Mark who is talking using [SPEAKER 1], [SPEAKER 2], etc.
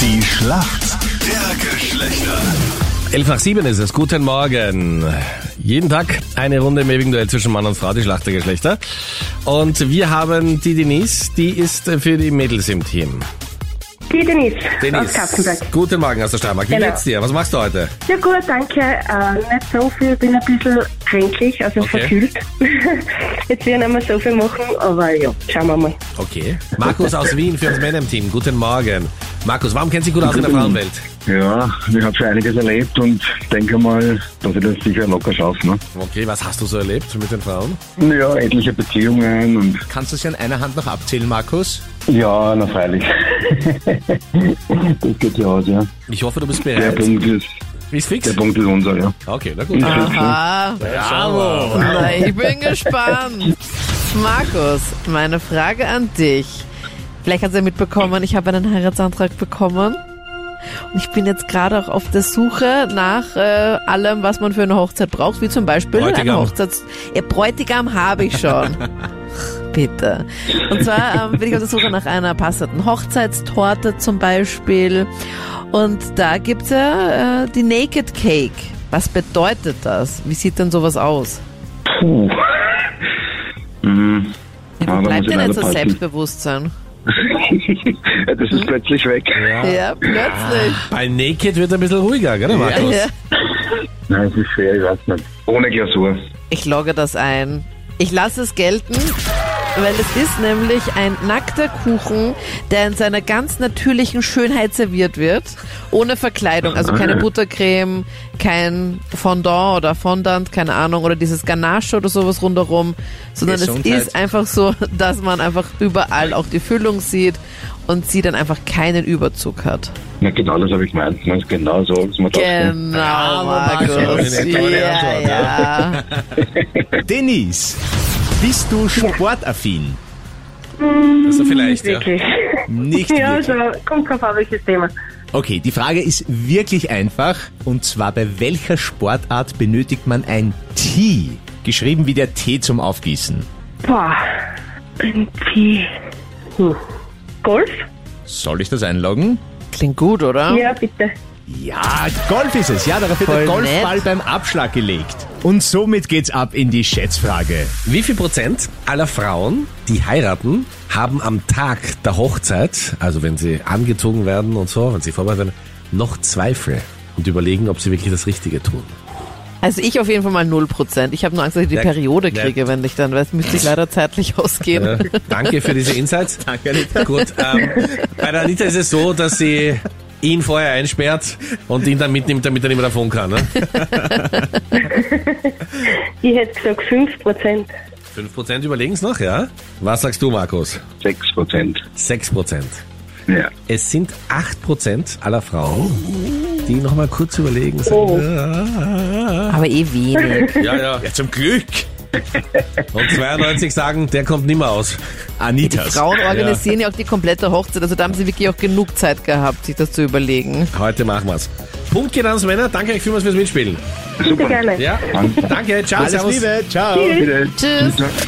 [SPEAKER 1] Die Schlacht der Geschlechter.
[SPEAKER 2] 11 nach 7 ist es. Guten Morgen. Jeden Tag eine Runde im ewigen Duell zwischen Mann und Frau, die Schlacht der Geschlechter. Und wir haben die Denise, die ist für die Mädels im Team.
[SPEAKER 3] Die Denise, aus
[SPEAKER 2] Denise,
[SPEAKER 3] Kapfenberg.
[SPEAKER 2] guten Morgen aus der Steiermark. Wie
[SPEAKER 3] Genau.
[SPEAKER 2] geht's dir? Was machst du heute?
[SPEAKER 3] Ja gut, danke. Äh, nicht so viel, bin ein bisschen kränklich, also
[SPEAKER 2] Okay.
[SPEAKER 3] verkühlt. Jetzt werden wir nicht mehr so viel machen, aber ja, schauen wir mal.
[SPEAKER 2] Okay. Markus aus Wien für uns Männer im Team. Guten Morgen. Markus, warum kennt sich gut aus in der Frauenwelt?
[SPEAKER 4] Ja, ich habe schon einiges erlebt und denke mal, dass ich das sicher locker schaffe. Ne?
[SPEAKER 2] Okay, was hast du so erlebt mit den Frauen?
[SPEAKER 4] Ja, etliche Beziehungen und
[SPEAKER 5] Kannst du es ja in einer Hand noch abzählen, Markus?
[SPEAKER 4] ja, na freilich. das geht ja aus, ja.
[SPEAKER 2] Ich hoffe, du bist
[SPEAKER 4] Der
[SPEAKER 2] bereit.
[SPEAKER 4] Punkt ist,
[SPEAKER 2] Ist fix?
[SPEAKER 4] der Punkt ist unser, ja.
[SPEAKER 2] Okay, na gut.
[SPEAKER 6] Aha,
[SPEAKER 2] Bravo.
[SPEAKER 6] na, ich bin gespannt. Markus, meine Frage an dich. Vielleicht hast du ja mitbekommen, ich habe einen Heiratsantrag bekommen. Und ich bin jetzt gerade auch auf der Suche nach äh, allem, was man für eine Hochzeit braucht, wie zum Beispiel ein
[SPEAKER 2] Bräutigam.
[SPEAKER 6] Hochzeits... Ja, Bräutigam habe ich schon. Bitte. Und zwar ähm, bin ich auf der Suche nach einer passenden Hochzeitstorte zum Beispiel. Und da gibt's ja äh, die Naked Cake. Was bedeutet das? Wie sieht denn sowas aus?
[SPEAKER 4] Puh. Mhm. Ah,
[SPEAKER 6] Ja, wo
[SPEAKER 4] da muss
[SPEAKER 6] bleibt
[SPEAKER 4] ich
[SPEAKER 6] denn jetzt
[SPEAKER 4] leider
[SPEAKER 6] das
[SPEAKER 4] passen.
[SPEAKER 6] Selbstbewusstsein?
[SPEAKER 4] das ist plötzlich weg.
[SPEAKER 6] Ja, plötzlich.
[SPEAKER 2] Bei Naked wird ein bisschen ruhiger, gell, Markus?
[SPEAKER 6] Ja.
[SPEAKER 4] Nein, es ist schwer, ich weiß nicht. Ohne Glasur.
[SPEAKER 6] Ich logge das ein. Ich lasse es gelten, weil es ist nämlich ein nackter Kuchen, der in seiner ganz natürlichen Schönheit serviert wird, ohne Verkleidung. Also keine Buttercreme, kein Fondant oder Fondant, keine Ahnung, oder dieses Ganache oder sowas rundherum, sondern
[SPEAKER 5] Gesundheit.
[SPEAKER 6] es ist einfach so, dass man einfach überall auch die Füllung sieht und sie dann einfach keinen Überzug hat.
[SPEAKER 4] Na, genau das habe ich gemeint. Na, Genau so habe ich mir gedacht. ne?
[SPEAKER 6] Genau, Markus.
[SPEAKER 2] eine tolle
[SPEAKER 6] Ja,
[SPEAKER 2] Antwort,
[SPEAKER 6] ja.
[SPEAKER 5] Denise, bist du sportaffin?
[SPEAKER 2] So Also vielleicht, ja.
[SPEAKER 3] Wirklich.
[SPEAKER 5] Nicht
[SPEAKER 3] Ja,
[SPEAKER 5] wirklich.
[SPEAKER 3] also kommt drauf an, welches Thema.
[SPEAKER 5] Okay, die Frage ist wirklich einfach. Und zwar, bei welcher Sportart benötigt man ein Tee? Geschrieben wie der Tee zum Aufgießen.
[SPEAKER 3] Boah, irgendwie... Hm. Golf?
[SPEAKER 5] Soll ich das einloggen?
[SPEAKER 6] Klingt gut, oder?
[SPEAKER 3] Ja, bitte.
[SPEAKER 5] Ja, Golf ist es. Ja, darauf wird
[SPEAKER 6] Voll
[SPEAKER 5] der Golfball
[SPEAKER 6] nett.
[SPEAKER 5] beim Abschlag gelegt. Und somit geht's ab in die Schätzfrage.
[SPEAKER 2] Wie viel Prozent aller Frauen, die heiraten, haben am Tag der Hochzeit, also wenn sie angezogen werden und so, wenn sie vorbereitet werden, noch Zweifel und überlegen, ob sie wirklich das Richtige tun?
[SPEAKER 6] Also ich auf jeden Fall mal 0%. Ich habe nur Angst, dass ich die
[SPEAKER 2] Ja,
[SPEAKER 6] Periode
[SPEAKER 2] ja.
[SPEAKER 6] kriege, wenn ich dann, weil es müsste ich leider zeitlich ausgehen.
[SPEAKER 2] Ja, danke für diese Insights.
[SPEAKER 5] Danke, Anita.
[SPEAKER 2] Gut, ähm, bei der Anita ist es so, dass sie ihn vorher einsperrt und ihn dann mitnimmt, damit er nicht mehr davon kann. Ne?
[SPEAKER 3] Ich hätte gesagt 5%.
[SPEAKER 2] 5% überlegen es noch, ja? Was sagst du, Markus?
[SPEAKER 4] 6 Prozent.
[SPEAKER 2] 6%.
[SPEAKER 4] Ja.
[SPEAKER 2] Es sind 8% aller Frauen, die nochmal kurz überlegen. Sagen,
[SPEAKER 3] Oh.
[SPEAKER 6] Aber eh wenig.
[SPEAKER 2] Ja, ja.
[SPEAKER 5] Ja, zum Glück.
[SPEAKER 2] Und 92 sagen, der kommt nimmer aus.
[SPEAKER 5] Anitas.
[SPEAKER 6] Frauen organisieren ja. auch die komplette Hochzeit, also da haben sie wirklich auch genug Zeit gehabt, sich das zu überlegen.
[SPEAKER 2] Heute machen wir's. Punkt geht ans Männer. Danke euch vielmals fürs Mitspielen.
[SPEAKER 3] Bitte
[SPEAKER 4] Super.
[SPEAKER 3] gerne.
[SPEAKER 2] Ja. Danke. Ciao.
[SPEAKER 5] Alles
[SPEAKER 2] servus.
[SPEAKER 5] Liebe. Ciao.
[SPEAKER 4] Bitte.
[SPEAKER 6] Tschüss.